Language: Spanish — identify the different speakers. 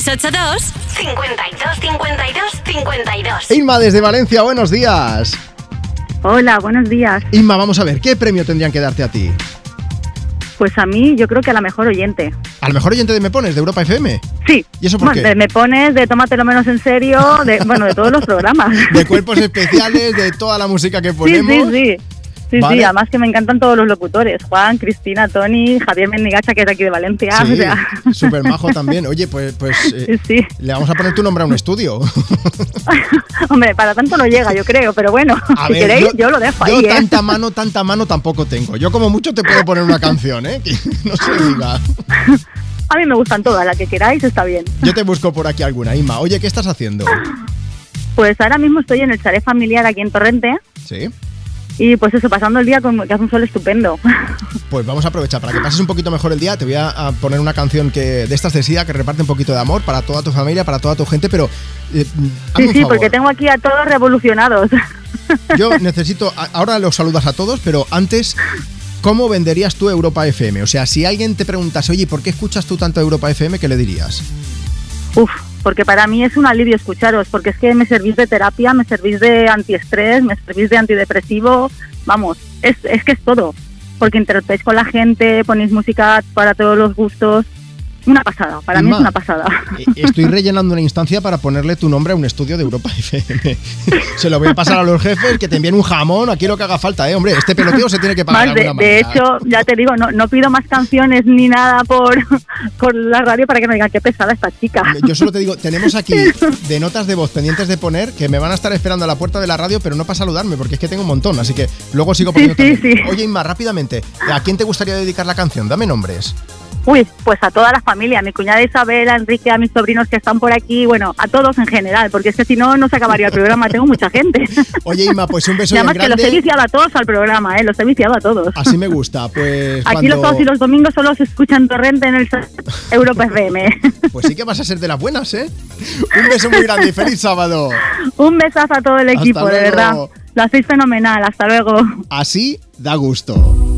Speaker 1: 682 52 52 52
Speaker 2: Inma desde Valencia, buenos días.
Speaker 3: Hola, buenos días.
Speaker 2: Inma, vamos a ver, ¿qué premio tendrían que darte a ti?
Speaker 3: Pues a mí yo creo que a la mejor oyente.
Speaker 2: A lo mejor oyente de Me Pones, de Europa FM.
Speaker 3: Sí.
Speaker 2: ¿Y eso por
Speaker 3: Bueno,
Speaker 2: qué?
Speaker 3: de- me pones de tómatelo menos en serio, de, bueno, de todos los programas.
Speaker 2: De cuerpos especiales, de toda la música que
Speaker 3: Sí,
Speaker 2: ponemos.
Speaker 3: sí, sí. Sí, sí,
Speaker 2: Vale.
Speaker 3: además que me encantan todos los locutores. Juan, Cristina, Tony, Javier Mendigacha, que es de aquí de Valencia. o sea,
Speaker 2: súper majo también. Oye, pues, pues eh,
Speaker 3: sí, sí.
Speaker 2: le vamos a poner tu nombre a un estudio.
Speaker 3: Hombre, para tanto no llega, yo creo, pero bueno,
Speaker 2: A
Speaker 3: si
Speaker 2: ver,
Speaker 3: queréis, yo, lo dejo
Speaker 2: yo
Speaker 3: ahí, ¿eh?
Speaker 2: tanta mano, tanta mano tampoco tengo. Yo como mucho te puedo poner una canción, ¿eh? Que no se diga.
Speaker 3: A mí me gustan todas, la que queráis está bien.
Speaker 2: Yo te busco por aquí alguna, Inma. Oye, ¿qué estás haciendo?
Speaker 3: Pues ahora mismo estoy en el chalet familiar aquí en Torrente
Speaker 2: Sí.
Speaker 3: y pues eso, pasando el día con, que hace un sol estupendo.
Speaker 2: Pues vamos a aprovechar para que pases un poquito mejor el día. Te voy a, a poner una canción que de estas de SIDA que reparte un poquito de amor para toda tu familia, para toda tu gente, pero eh, hazme
Speaker 3: Sí,
Speaker 2: un
Speaker 3: sí,
Speaker 2: favor.
Speaker 3: porque tengo aquí a todos revolucionados.
Speaker 2: Yo necesito a- ahora los saludas a todos, pero antes ¿cómo venderías tú Europa FM? O sea, si alguien te preguntase, "Oye, ¿por qué escuchas tú tanto Europa FM?", ¿qué le dirías?
Speaker 3: Uf, porque para mí es un alivio escucharos, porque es que me servís de terapia, me servís de antiestrés, me servís de antidepresivo, vamos, es, es que es todo, porque interactuáis con la gente, ponéis música para todos los gustos, una pasada, para mí
Speaker 2: Inma.
Speaker 3: es una pasada.
Speaker 2: Eh, Estoy rellenando una instancia para ponerle tu nombre a un estudio de Europa FM. Se lo voy a pasar a los jefes que te envíen un jamón, aquí lo que haga falta, eh, hombre, este peloteo se tiene que pagar
Speaker 3: Más
Speaker 2: de
Speaker 3: de,
Speaker 2: alguna
Speaker 3: de este
Speaker 2: manera.
Speaker 3: hecho, ya te digo, no, no pido más canciones ni nada por, por la radio para que me digan qué pesada esta chica.
Speaker 2: Yo solo te digo, tenemos aquí de notas de voz pendientes de poner que me van a estar esperando a la puerta de la radio, pero no para saludarme, porque es que tengo un montón, así que luego sigo
Speaker 3: Sí,
Speaker 2: poniendo.
Speaker 3: sí,
Speaker 2: también.
Speaker 3: sí.
Speaker 2: Oye, Inma, rápidamente, ¿a quién te gustaría dedicar la canción? Dame nombres.
Speaker 3: Uy, pues a toda la familia, a mi cuñada Isabel, a Enrique, a mis sobrinos que están por aquí, bueno, a todos en general, porque es que si no, no se acabaría el programa, tengo mucha gente.
Speaker 2: Oye, Inma, pues un beso
Speaker 3: Y
Speaker 2: bien
Speaker 3: además que los he
Speaker 2: grande.
Speaker 3: viciado a todos al programa, ¿eh? Los he viciado a todos.
Speaker 2: Así me gusta, pues
Speaker 3: Aquí los sábados y
Speaker 2: cuando...
Speaker 3: los domingos solo se escuchan torrente en el Europa FM.
Speaker 2: Pues sí que vas a ser de las buenas, ¿eh? Un beso muy grande y feliz sábado.
Speaker 3: Un besazo a todo el
Speaker 2: Hasta
Speaker 3: equipo, de
Speaker 2: luego.
Speaker 3: verdad. Lo hacéis fenomenal, hasta luego.
Speaker 2: Así da gusto.